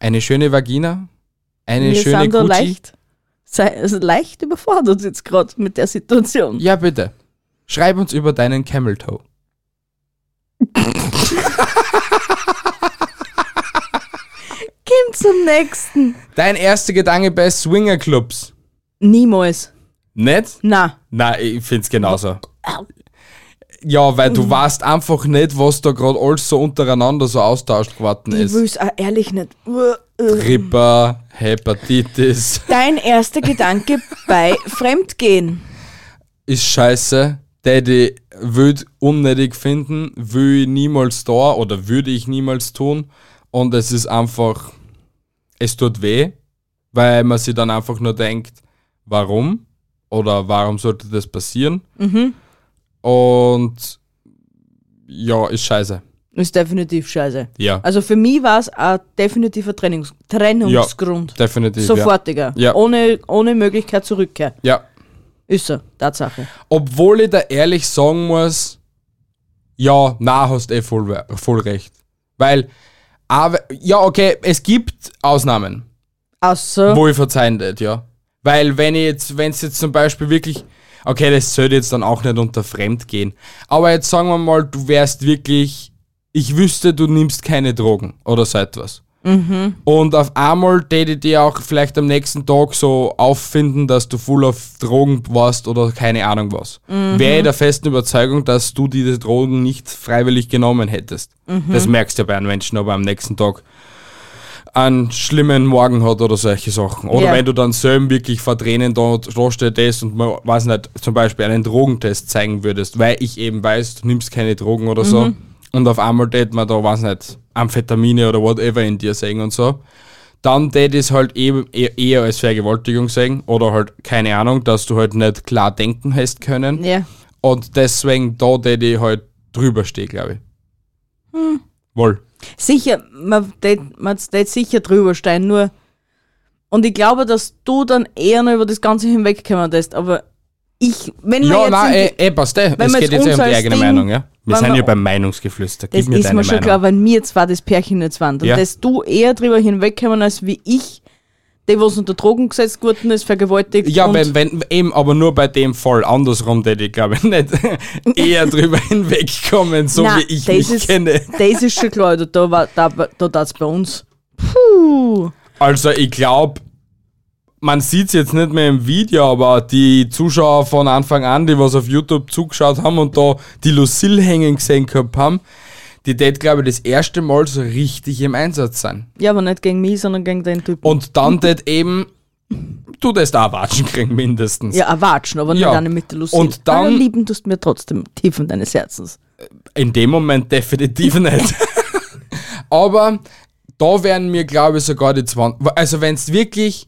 eine schöne Vagina, eine
Wir
schöne
sind da
Gucci?
leicht, sei, also leicht überfordert jetzt gerade mit der Situation.
Ja, bitte. Schreib uns über deinen Camel Toe.
Kim zum nächsten.
Dein erster Gedanke bei Swingerclubs.
Niemals.
Nicht?
Na,
Nein, ich find's genauso. Ja, weil du weißt einfach nicht, was da gerade alles so untereinander so austauscht geworden
ich will
ist.
es ehrlich nicht. Uh, uh.
Grippe, Hepatitis,
Dein erster Gedanke bei Fremdgehen.
ist scheiße. Daddy würde unnötig finden, will ich niemals da oder würde ich niemals tun. Und es ist einfach, es tut weh, weil man sich dann einfach nur denkt, warum oder warum sollte das passieren?
Mhm.
Und ja, ist scheiße.
Ist definitiv scheiße.
Ja,
Also für mich war es ein definitiver Trennungs Trennungsgrund.
definitiv.
Sofortiger.
Ja.
Ohne, ohne Möglichkeit zur Rückkehr.
Ja. ja.
Ist so, Tatsache.
Obwohl ich da ehrlich sagen muss, ja, na, hast eh voll, we- voll recht. Weil, aber, ja, okay, es gibt Ausnahmen,
Außer,
wo ich verzeihen tät, ja. Weil, wenn ich jetzt, wenn es jetzt zum Beispiel wirklich, okay, das sollte jetzt dann auch nicht unter Fremd gehen, aber jetzt sagen wir mal, du wärst wirklich, ich wüsste, du nimmst keine Drogen oder so etwas. Und auf einmal täte ich dir auch vielleicht am nächsten Tag so auffinden, dass du voll auf Drogen warst oder keine Ahnung was. Wäre ich der festen Überzeugung, dass du diese Drogen nicht freiwillig genommen hättest. Das merkst du ja bei einem Menschen, ob er am nächsten Tag einen schlimmen Morgen hat oder solche Sachen. Oder
Ja.
wenn du dann selber wirklich vor Tränen da, da stehst und man weiß nicht, zum Beispiel einen Drogentest zeigen würdest, weil ich eben weiß, du nimmst keine Drogen oder so.
Mhm.
Und auf einmal tät man da, weiß nicht, Amphetamine oder whatever in dir sehen und so dann tät es halt eben e- eher als Vergewaltigung sehen oder halt keine Ahnung, dass du halt nicht klar denken hast können.
ja,
Und deswegen da tät ich halt drüber stehen, glaube ich.
Hm.
Wohl.
sicher, man tät- man steht sicher drüber stehen, nur. Und ich glaube, dass du dann eher noch über das Ganze hinwegkommen bist, aber ich, wenn man
Ja,
jetzt in
nein,
die-
eh, eh, passt eh.
wenn
Es
wir
geht
jetzt
jetzt eh um
uns
die
als
eigene
Ding-
Meinung, ja. Wir
wenn
sind
wir-
ja beim Meinungsgeflüster. Gib
Das
mir
ist
deine
mir schon
Meinung.
klar, wenn wir zwar das Pärchen jetzt waren, dann
Ja.
dass du eher drüber hinwegkommen als wie ich, der was unter Drogen gesetzt worden ist, vergewaltigt
ja,
und
wenn, wenn, eben, aber nur bei dem Fall. Andersrum tät ich, glaube ich, nicht eher drüber hinwegkommen, so
Nein,
wie ich
das
mich
ist-
kenne.
Das ist schon klar, da, da, war- da, da tat's bei uns. Puh.
Also ich glaube, man sieht es jetzt nicht mehr im Video, aber die Zuschauer von Anfang an, die was auf YouTube zugeschaut haben und da die Lucille hängen gesehen gehabt haben, die tät, glaube ich, das erste Mal so richtig im Einsatz sein.
Ja, aber nicht gegen mich, sondern gegen den Typen.
Und dann tät eben, du das da watschen kriegen mindestens.
ja, erwatschen, aber
Ja.
nicht eine mit der Lucille.
Und dann-
Aber lieben tust du mir trotzdem tiefen deines Herzens.
In dem Moment definitiv nicht. Aber da wären mir, glaube ich, sogar die 20. Also, wenn es wirklich,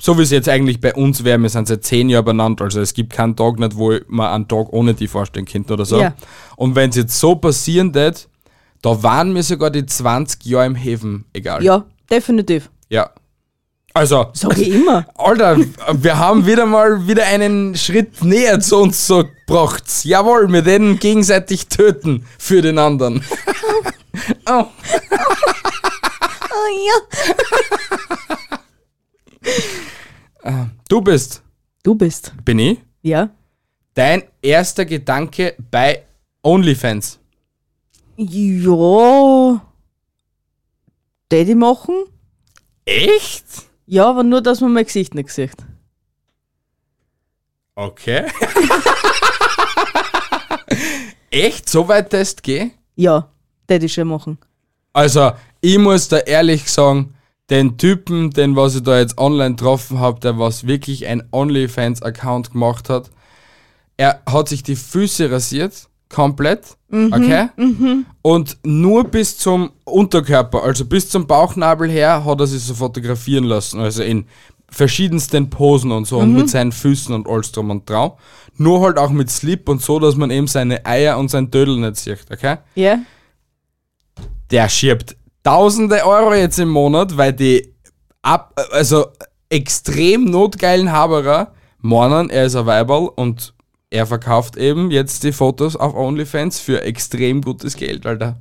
so wie es jetzt eigentlich bei uns wäre, wir sind seit 10 Jahren beieinander, also es gibt keinen Tag nicht, wo man einen Tag ohne die vorstellen könnte oder so.
Ja.
Und wenn es jetzt so passieren wird, da waren mir sogar die 20 Jahre im Häfen egal.
Ja, definitiv.
Ja. Also,
Sag ich immer.
Alter, wir haben wieder mal wieder einen Schritt näher zu uns so gebracht. Jawohl, wir werden gegenseitig töten für den anderen. oh. Ah,
Oh ja.
Du bist,
Du bist.
bin ich,
Ja.
dein erster Gedanke bei OnlyFans.
Ja. Daddy machen?
Echt?
Ja, aber nur, dass man mein Gesicht nicht sieht.
Okay. Echt? So weit test geh?
Ja, Daddy schon machen.
Also, ich muss da ehrlich sagen, den Typen, den was ich da jetzt online getroffen habe, der was wirklich ein OnlyFans-Account gemacht hat, er hat sich die Füße rasiert, komplett, okay? Und nur bis zum Unterkörper, also bis zum Bauchnabel her, hat er sich so fotografieren lassen, also in verschiedensten Posen und so und mit seinen Füßen und alles drum und dran. Nur halt auch mit Slip und so, dass man eben seine Eier und sein Dödel nicht sieht, okay?
Ja?
der schiebt tausende Euro jetzt im Monat, weil die ab, also extrem notgeilen Haberer mornen, er ist ein Weiberl und er verkauft eben jetzt die Fotos auf OnlyFans für extrem gutes Geld, Alter.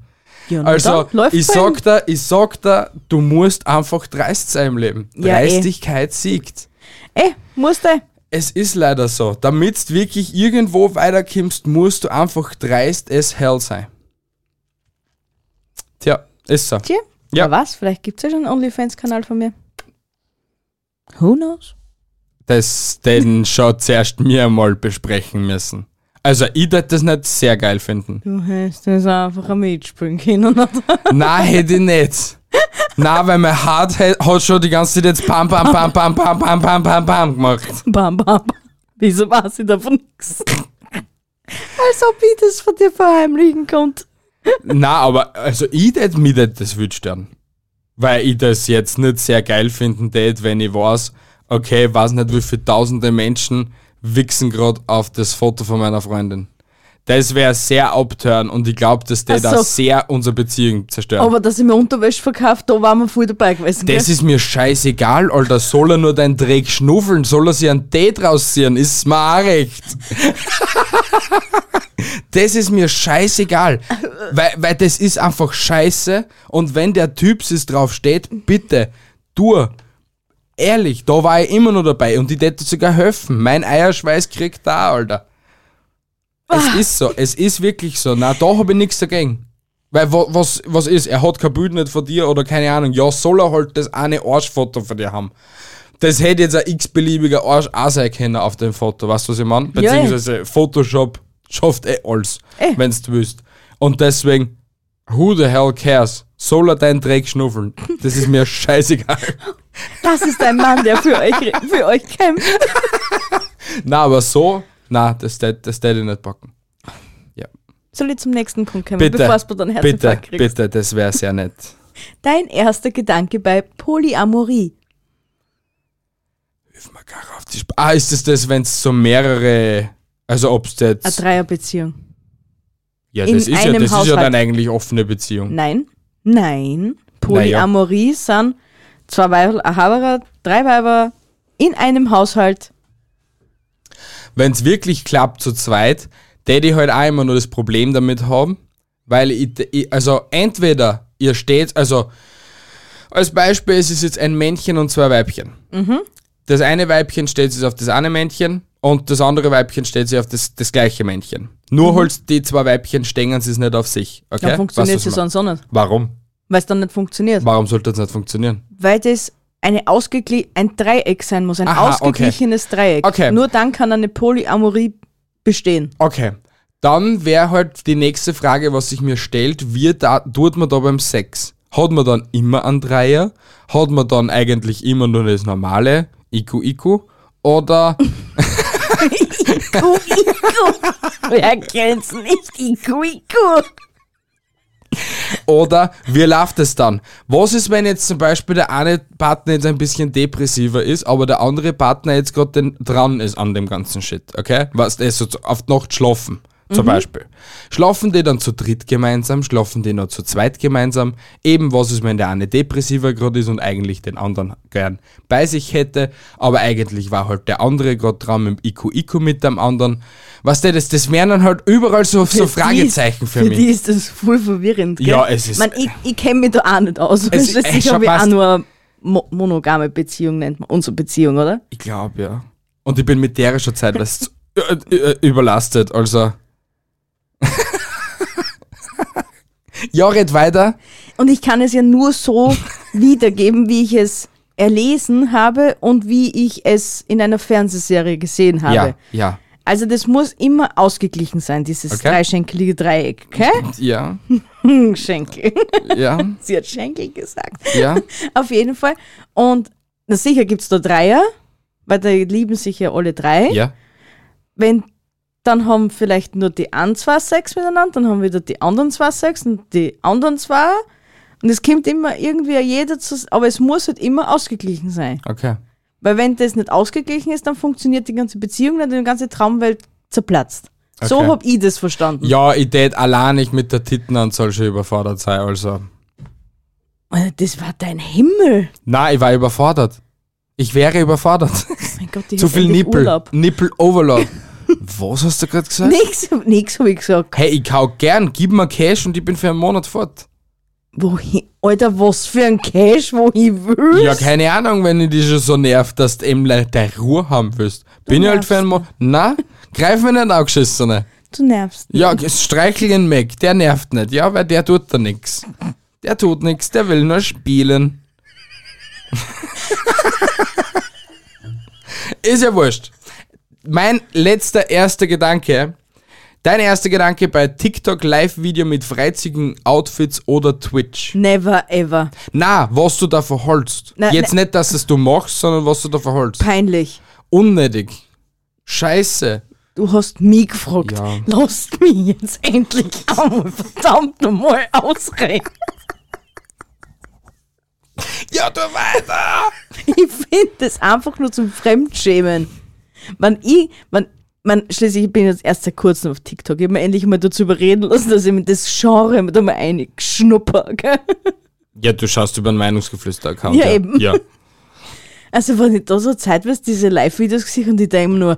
Ja, na
Also,
dann, läuft
ich
bei ihm.
sag, da, ich sag da, du musst einfach dreist sein im Leben.
Ja, eh.
Dreistigkeit siegt.
Ey, Eh, musst du.
Es ist leider so. Damit du wirklich irgendwo weiterkommst, musst du einfach dreist as hell sein. Tja, ist so.
Tja.
Ja.
Ja. was? Vielleicht gibt es ja schon einen OnlyFans-Kanal von mir. Who knows?
Das, den schon zuerst mir mal besprechen müssen. Also, ich würde das nicht sehr geil finden.
Du hast das einfach ein mitspielen können. oder?
Nein, hätte ich nicht. Nein, weil mein Hart hat schon die ganze Zeit jetzt pam, pam, pam, pam, pam, pam, pam, pam, pam gemacht.
bam, bam. Wieso weiß ich davon nichts? Als ob ich das von dir verheimlichen konnte.
Nein, aber also ich tät mich tät das wünschen. Weil ich das jetzt nicht sehr geil finden tät, wenn ich weiß, okay, weiß nicht, wie viele tausende Menschen wichsen gerade auf das Foto von meiner Freundin. Das wäre sehr abtören und ich glaube, das tät
Ach
auch
so.
sehr unsere Beziehung zerstören.
Aber dass ich mir Unterwäsche verkauft, da waren wir voll dabei gewesen.
Das ist mir scheißegal, Alter. Soll er nur deinen Dreck schnuffeln? Soll er sich einen Tee draus ziehen? Ist mir auch recht. das ist mir scheißegal. Weil, weil das ist einfach scheiße. Und wenn der Typ es drauf steht, bitte, du. Ehrlich, da war ich immer noch dabei und die hätte sogar helfen. Mein Eierschweiß kriegt da, Alter.
Ah.
Es ist so, es ist wirklich so. Na, da habe ich nichts dagegen. Weil wa- was, was ist, er hat kein Bild nicht von dir oder keine Ahnung. Ja, soll er halt das eine Arschfoto von dir haben. Das hätte jetzt ein x-beliebiger Arsch auch sein können auf dem Foto. Weißt du, was ich meine?
Ja, ja.
Beziehungsweise Photoshop schafft eh alles,
Eh.
wenn du willst. Und deswegen, who the hell cares? Soll er deinen Dreck schnuffeln? Das ist mir scheißegal.
Das ist ein Mann, der für euch, für euch kämpft.
Na, aber so, na, das tät das tät ich nicht packen.
Soll ich zum nächsten Punkt kommen,
Bitte,
bevor du deinen
bitte,
Herzinfarkt kriegst?
bitte, das wäre sehr nett.
Dein erster Gedanke bei Polyamorie.
Hilf mir gar auf die Sp ah, ist es das, wenn es so mehrere, also ob es
Eine
jetzt,
Dreierbeziehung.
ja,
in
das, ist ja,
einem
das ist ja
Haushalt.
dann eigentlich offene Beziehung.
Nein, nein. Polyamorie sind zwei Weiber, ein Haberer, drei Weiber in einem Haushalt.
Wenn es wirklich klappt zu zweit, täte ich halt auch immer nur das Problem damit haben, weil ich, ich also entweder ihr steht, also als Beispiel es ist jetzt ein Männchen und zwei Weibchen.
Mhm.
Das eine Weibchen steht sich auf das eine Männchen und das andere Weibchen steht sich auf das, das gleiche Männchen. Nur holst die zwei Weibchen stängern sie es nicht auf sich. Okay?
Mhm. Dann funktioniert
Weißt du, was
es
ich mein?
sonst auch nicht,
Warum?
weil es dann nicht funktioniert.
Warum sollte das nicht funktionieren?
Weil das eine ausgegli ein Dreieck sein muss, ein
Aha, okay.
ausgeglichenes Dreieck.
Okay.
Nur dann kann eine Polyamorie bestehen.
Okay. Dann wäre halt die nächste Frage, was sich mir stellt, wie da, tut man da beim Sex? Hat man dann immer einen Dreier? Hat man dann eigentlich immer nur das normale Iku Iku? Oder
Iku,
Ah.
Iku. Wer kennt's nicht? Iku, Iku.
Oder wie läuft es dann? Was ist, wenn jetzt zum Beispiel der eine Partner jetzt ein bisschen depressiver ist, aber der andere Partner jetzt gerade den- dran ist an dem ganzen Shit, okay? Was der ist so zu- auf die Nacht schlafen, zum Beispiel. Schlafen die dann zu dritt gemeinsam, schlafen die noch zu zweit gemeinsam? Eben, was ist, wenn der eine depressiver gerade ist und eigentlich den anderen gern bei sich hätte, aber eigentlich war halt der andere gerade dran mit dem Iku Iku mit dem anderen. Was der das, das wären dann halt überall so, so
die-
Fragezeichen für,
für
mich.
die ist das voll verwirrend. Gell?
Ja, es ist-
Man, ich ich kenne mich da auch nicht aus.
Es- eh
Weißt du,
ey,
ich
schau,
habe auch
passt.
nur eine mo monogame Beziehung, nennt man unsere Beziehung, oder?
Ich glaube, ja. Und ich bin mit der schon zeitweise ü- ü- äh, überlastet, also. ja, red weiter.
Und ich kann es ja nur so wiedergeben, wie ich es erlesen habe und wie ich es in einer Fernsehserie gesehen habe.
Ja, ja,
Also das muss immer ausgeglichen sein, dieses
Okay.
dreischenkelige Dreieck.
ja,
Okay? Schenkel.
ja,
Sie hat Schenkel gesagt.
ja.
Auf jeden Fall. Und na sicher gibt's da Dreier, weil da lieben sich ja alle drei.
Ja,
wenn dann haben vielleicht nur die einen zwei Sex miteinander, dann haben wieder die anderen zwei Sex und die anderen zwei. Und es kommt immer irgendwie jeder zu, aber es muss halt immer ausgeglichen sein.
okay.
Weil wenn das nicht ausgeglichen ist, dann funktioniert die ganze Beziehung nicht und die ganze Traumwelt zerplatzt. So
Okay.
hab ich das verstanden.
Ja, ich tät allein nicht mit der Tittenanzahl schon überfordert sein, also.
Alter, Das war dein Himmel.
Nein, ich war überfordert. Ich wäre überfordert.
mein Gott, die
Zu
hat
viel
endlich
Nippel.
Urlaub.
Nippel Overload. Was hast du gerade gesagt?
Nix, nix habe ich gesagt.
Hey, ich kau gern, gib mir Cash und ich bin für einen Monat fort.
Wohin? Alter, was für ein Cash, wo ich will.
Ja, keine Ahnung, wenn ich dich schon so nervt, dass du eben deine Ruhe haben willst. Bin ich halt für einen Monat. Na, greif mir nicht an, Geschissene.
du nervst.
Ja, streichel ihn weg, der nervt nicht. Ja, weil der tut da nix. Der tut nix, der will nur spielen. Ist ja wurscht. Mein letzter erster Gedanke. Dein erster Gedanke bei TikTok Live-Video mit freizigen Outfits oder Twitch.
Never ever.
Na, was du da verholst.
Na,
Jetzt nicht, dass es du machst, sondern was du da verholst.
Peinlich.
Unnötig. Scheiße.
Du hast mich gefragt.
Ja.
Lass mich jetzt endlich einmal verdammt nochmal ausreden.
Ja, du weiter!
Ich finde das einfach nur zum Fremdschämen. Wenn ich, wenn, man, schließlich bin ich jetzt erst seit kurzem auf TikTok. Ich habe mir endlich mal dazu überreden lassen, dass ich mir das Genre mit einmal einschnupper. Gell?
Ja, du schaust über einen Meinungsgeflüster-Account.
Ja, eben.
Ja.
Also, wenn ich da so zeitweise diese Live-Videos gesehen und ich denke mir nur,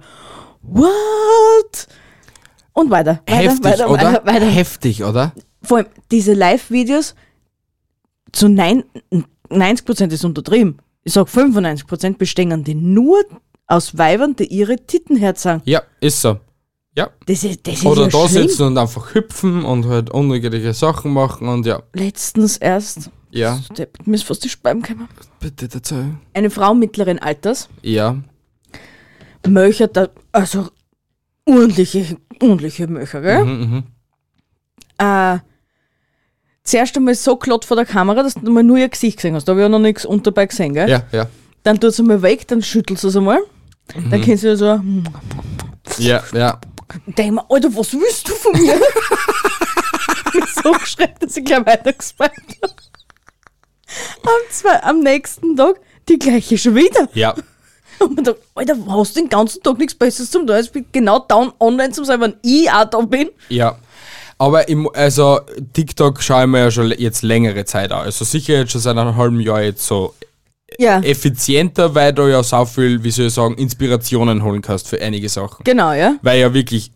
what? Und weiter, weiter,
Heftig,
weiter,
oder?
weiter, weiter.
Heftig, oder?
Vor allem diese Live-Videos zu nein, 90% ist untertrieben. Ich sag 95% bestehen die nur aus Weibern, die ihre Titten herzeigen.
Ja, ist so. Ja.
Das ist, das ist
Oder
ja
da
schlimm.
sitzen und einfach hüpfen und halt unnötige Sachen machen und ja.
Letztens erst,
Ja,
Depp, mir ist fast die Speiben gekommen.
bitte dazu.
Eine Frau mittleren Alters
Ja.
möchert da, also ordentliche, ordentliche Möcher, gell? Äh, zuerst einmal so glatt vor der Kamera, dass du mal nur ihr Gesicht gesehen hast. Da habe ich ja noch nichts unterbei gesehen, gell?
Ja, ja.
Dann tut es einmal weg, dann schüttelst du es einmal. Dann kennst du so, hm,
Ja, ja.
denk mal, Alter, was willst du von mir? mich so geschreckt, dass ich gleich weitergespannt habe. Am, zwei, am nächsten Tag die gleiche schon wieder.
Ja.
Und man dachte, Alter, hast du den ganzen Tag nichts Besseres zum tun? Ich bin genau down online zum sein, wenn ich auch da bin.
Ja. Aber im, also TikTok schaue ich mir ja schon le- jetzt längere Zeit an. Also sicher jetzt schon seit einem halben Jahr jetzt so
Ja,
effizienter, weil du ja so viel, wie soll ich sagen, Inspirationen holen kannst für einige Sachen.
genau, ja.
weil ja wirklich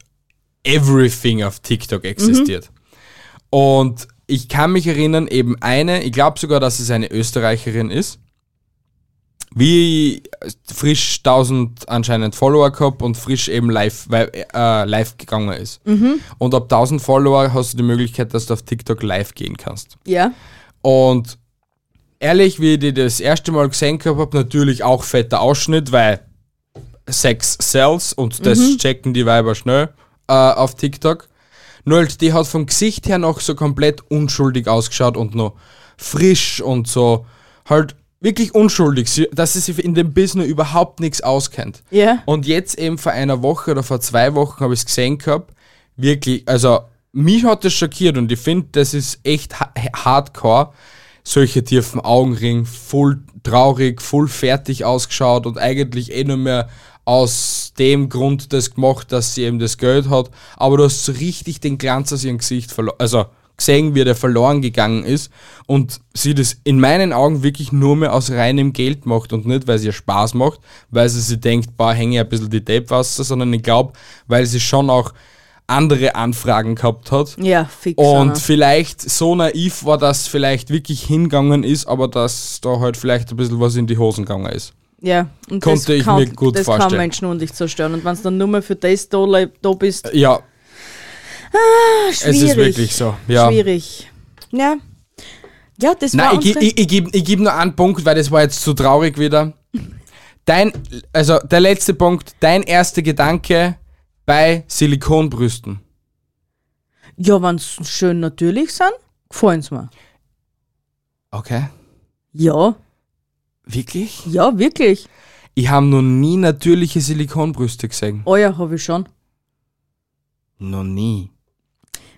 everything auf TikTok existiert. Und ich kann mich erinnern, eben eine, ich glaube sogar, dass es eine Österreicherin ist, wie frisch 1000 anscheinend Follower gehabt und frisch eben live, weil, äh, live gegangen ist. Und ab 1000 Follower hast du die Möglichkeit, dass du auf TikTok live gehen kannst.
Ja,
Und ehrlich, wie ich die das erste Mal gesehen habe, habe natürlich auch fetter Ausschnitt, weil Sex sells und das checken die Weiber schnell äh, auf TikTok. Nur halt, die hat vom Gesicht her noch so komplett unschuldig ausgeschaut und noch frisch und so halt wirklich unschuldig, sie- dass sie sich in dem Business überhaupt nichts auskennt.
ja.
Und jetzt eben vor einer Woche oder vor zwei Wochen habe ich es gesehen gehabt. Wirklich, also mich hat das schockiert und ich finde, das ist echt ha hardcore. Solche tiefen Augenring, voll traurig, voll fertig ausgeschaut und eigentlich eh nur mehr aus dem Grund das gemacht, dass sie eben das Geld hat. Aber du hast so richtig den Glanz aus ihrem Gesicht verloren. Also gesehen, wie der verloren gegangen ist und sie das in meinen Augen wirklich nur mehr aus reinem Geld macht und nicht, weil es ihr Spaß macht, weil sie sich denkt, boah, hänge ich ein bisschen die Deppwasser, sondern ich glaube, weil sie schon auch andere Anfragen gehabt hat.
Ja, fix.
Und
Anna.
vielleicht so naiv war, dass vielleicht wirklich hingegangen ist, aber dass da halt vielleicht ein bisschen was in die Hosen gegangen ist.
ja, und
konnte ich mir gut
das kann
vorstellen.
Menschen und dich zerstören. Und wenn du dann nur mehr für das da, lei- da bist,
Ja,
schwierig.
Äh, es ist wirklich so. Ja.
Schwierig. Ja. Ja, das war
Nein, ich,
unsere...
ich, ich, geb- ich gebe nur einen Punkt, weil das war jetzt zu traurig wieder. Dein, also der letzte Punkt, dein erster Gedanke bei Silikonbrüsten.
ja, wenn sie schön natürlich sind, gefallen sie mir.
Okay.
Ja,
Wirklich?
ja, wirklich.
Ich habe noch nie natürliche Silikonbrüste gesehen.
Oh ja, habe ich schon.
Noch nie.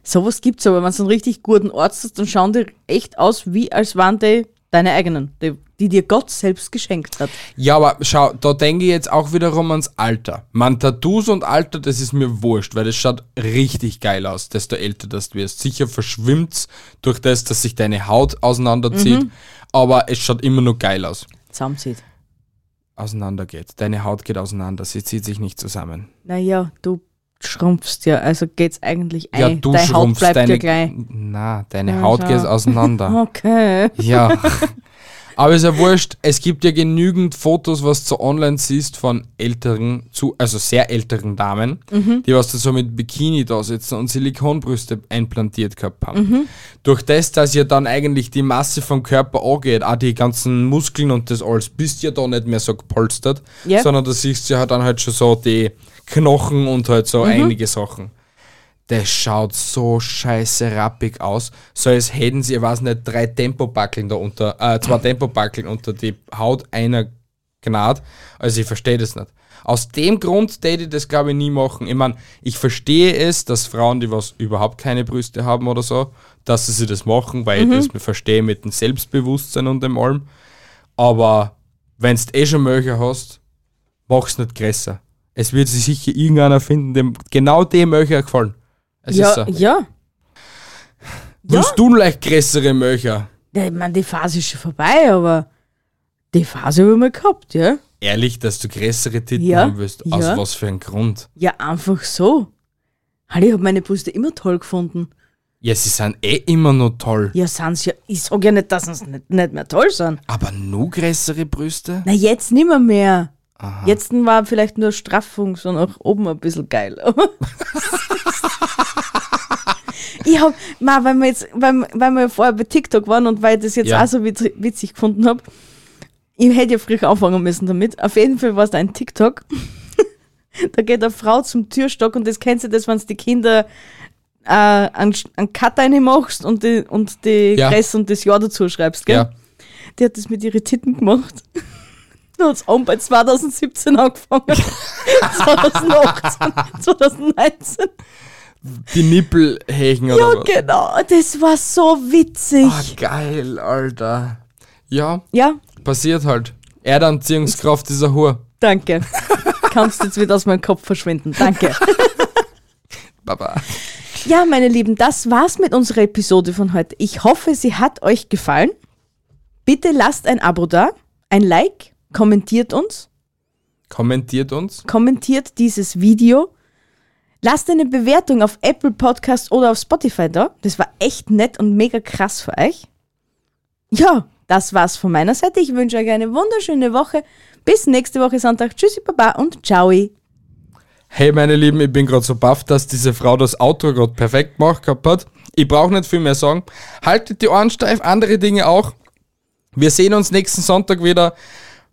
Sowas gibt's aber, wenn du einen richtig guten Arzt hast, dann schauen die echt aus, wie als waren die deine eigenen, die, die dir Gott selbst geschenkt hat.
Ja, aber schau, da denke ich jetzt auch wiederum ans Alter. Man, Tattoos und Alter, das ist mir wurscht, weil das schaut richtig geil aus, desto älter das du wirst. Sicher verschwimmt's durch das, dass sich deine Haut auseinanderzieht, aber es schaut immer nur geil aus.
Zusammenzieht.
auseinandergeht. Deine Haut geht auseinander, sie zieht sich nicht zusammen.
Naja, du schrumpfst ja, also geht's eigentlich ein.
Ja, du
Deine Haut
schrumpfst
bleibt
deine.
ja gleich.
Na, deine
Ja,
Haut
schau.
geht auseinander.
Okay.
ja. Aber ist ja wurscht, es gibt ja genügend Fotos, was du online siehst von älteren, zu, also sehr älteren Damen, die was da so mit Bikini da sitzen und Silikonbrüste implantiert gehabt haben. Durch das, dass ja dann eigentlich die Masse vom Körper angeht, auch die ganzen Muskeln und das alles, bist ja da nicht mehr so gepolstert,
Ja.
sondern da siehst du ja dann halt schon so die Knochen und halt so einige Sachen. Das schaut so scheiße rappig aus. So als hätten sie, ich weiß nicht, drei Tempobackeln da unter, äh, zwei Tempobackeln unter die Haut einer Gnad. Also ich verstehe das nicht. Aus dem Grund täte ich das, glaube ich, nie machen. Ich meine, ich verstehe es, dass Frauen, die was überhaupt keine Brüste haben oder so, dass sie sich das machen, weil ich das verstehe mit dem Selbstbewusstsein und dem allem. Aber wenn du eh schon Möcher hast, mach's nicht größer. Es wird sich sicher irgendeiner finden, dem genau dem Möcher gefallen. Es ist so.
Ja, ja.
Willst du leicht größere Möcher?
Ja, Ich meine, die Phase ist schon vorbei, aber die Phase haben wir mal gehabt, ja?
Ehrlich, dass du größere Titten
Ja,
haben willst? Aus
ja.
was für ein Grund?
Ja, einfach so. Halt, ich habe meine Brüste immer toll gefunden.
Ja, sie sind eh immer nur toll.
Ja, sind's ja. Ich sag ja nicht, dass sie nicht, nicht mehr toll sind.
Aber nur größere Brüste?
Na, jetzt nimmer mehr. Jetzt war vielleicht nur Straffung, so nach oben ein bisschen geil. ich hab, ma, weil wir jetzt, weil, weil wir vorher bei TikTok waren und weil ich das jetzt
Ja.
auch so witz, witzig gefunden hab, ich hätte ja früher anfangen müssen damit. Auf jeden Fall war es da ein TikTok. da geht eine Frau zum Türstock und das kennst du das, wenn die Kinder äh, einen, Sch- einen Cut reinmachst und die, und die
Ja.
Kress und das Jahr dazu schreibst, gell?
Ja.
Die hat das mit ihren Titten gemacht. Da hat es an bei 2017 angefangen. 2018, 2019.
Die Nippelhägen oder
Ja,
was?
genau. Das war so witzig.
Ah, geil, Alter. Ja,
Ja,
passiert halt. Erdanziehungskraft dieser Hur.
danke. Kannst jetzt wieder aus meinem Kopf verschwinden. Danke.
Baba.
Ja, meine Lieben, das war's mit unserer Episode von heute. Ich hoffe, sie hat euch gefallen. Bitte lasst ein Abo da, ein Like, kommentiert uns.
Kommentiert uns.
kommentiert dieses Video. Lasst eine Bewertung auf Apple Podcast oder auf Spotify da. Das war echt nett und mega krass für euch. Ja, das war's von meiner Seite. Ich wünsche euch eine wunderschöne Woche. Bis nächste Woche Sonntag. Tschüssi, Baba und ciao.
Hey, meine Lieben, ich bin gerade so baff, dass diese Frau das Outro gerade perfekt gemacht gehabt hat. Ich brauche nicht viel mehr sagen. Haltet die Ohren steif, andere Dinge auch. Wir sehen uns nächsten Sonntag wieder.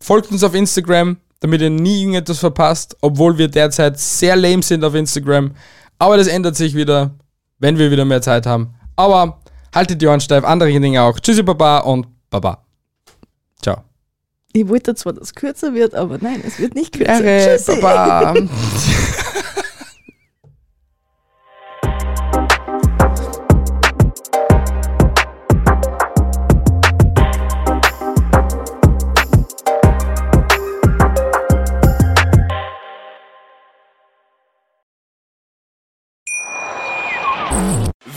Folgt uns auf Instagram, damit ihr nie irgendetwas verpasst, obwohl wir derzeit sehr lame sind auf Instagram. Aber das ändert sich wieder, wenn wir wieder mehr Zeit haben. Aber haltet die Ohren steif, andere Dinge auch. Tschüssi, Baba und Baba. Ciao.
Ich wollte zwar, dass es kürzer wird, aber nein, es wird nicht kürzer. Tschüssi.
Baba.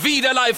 Wieder live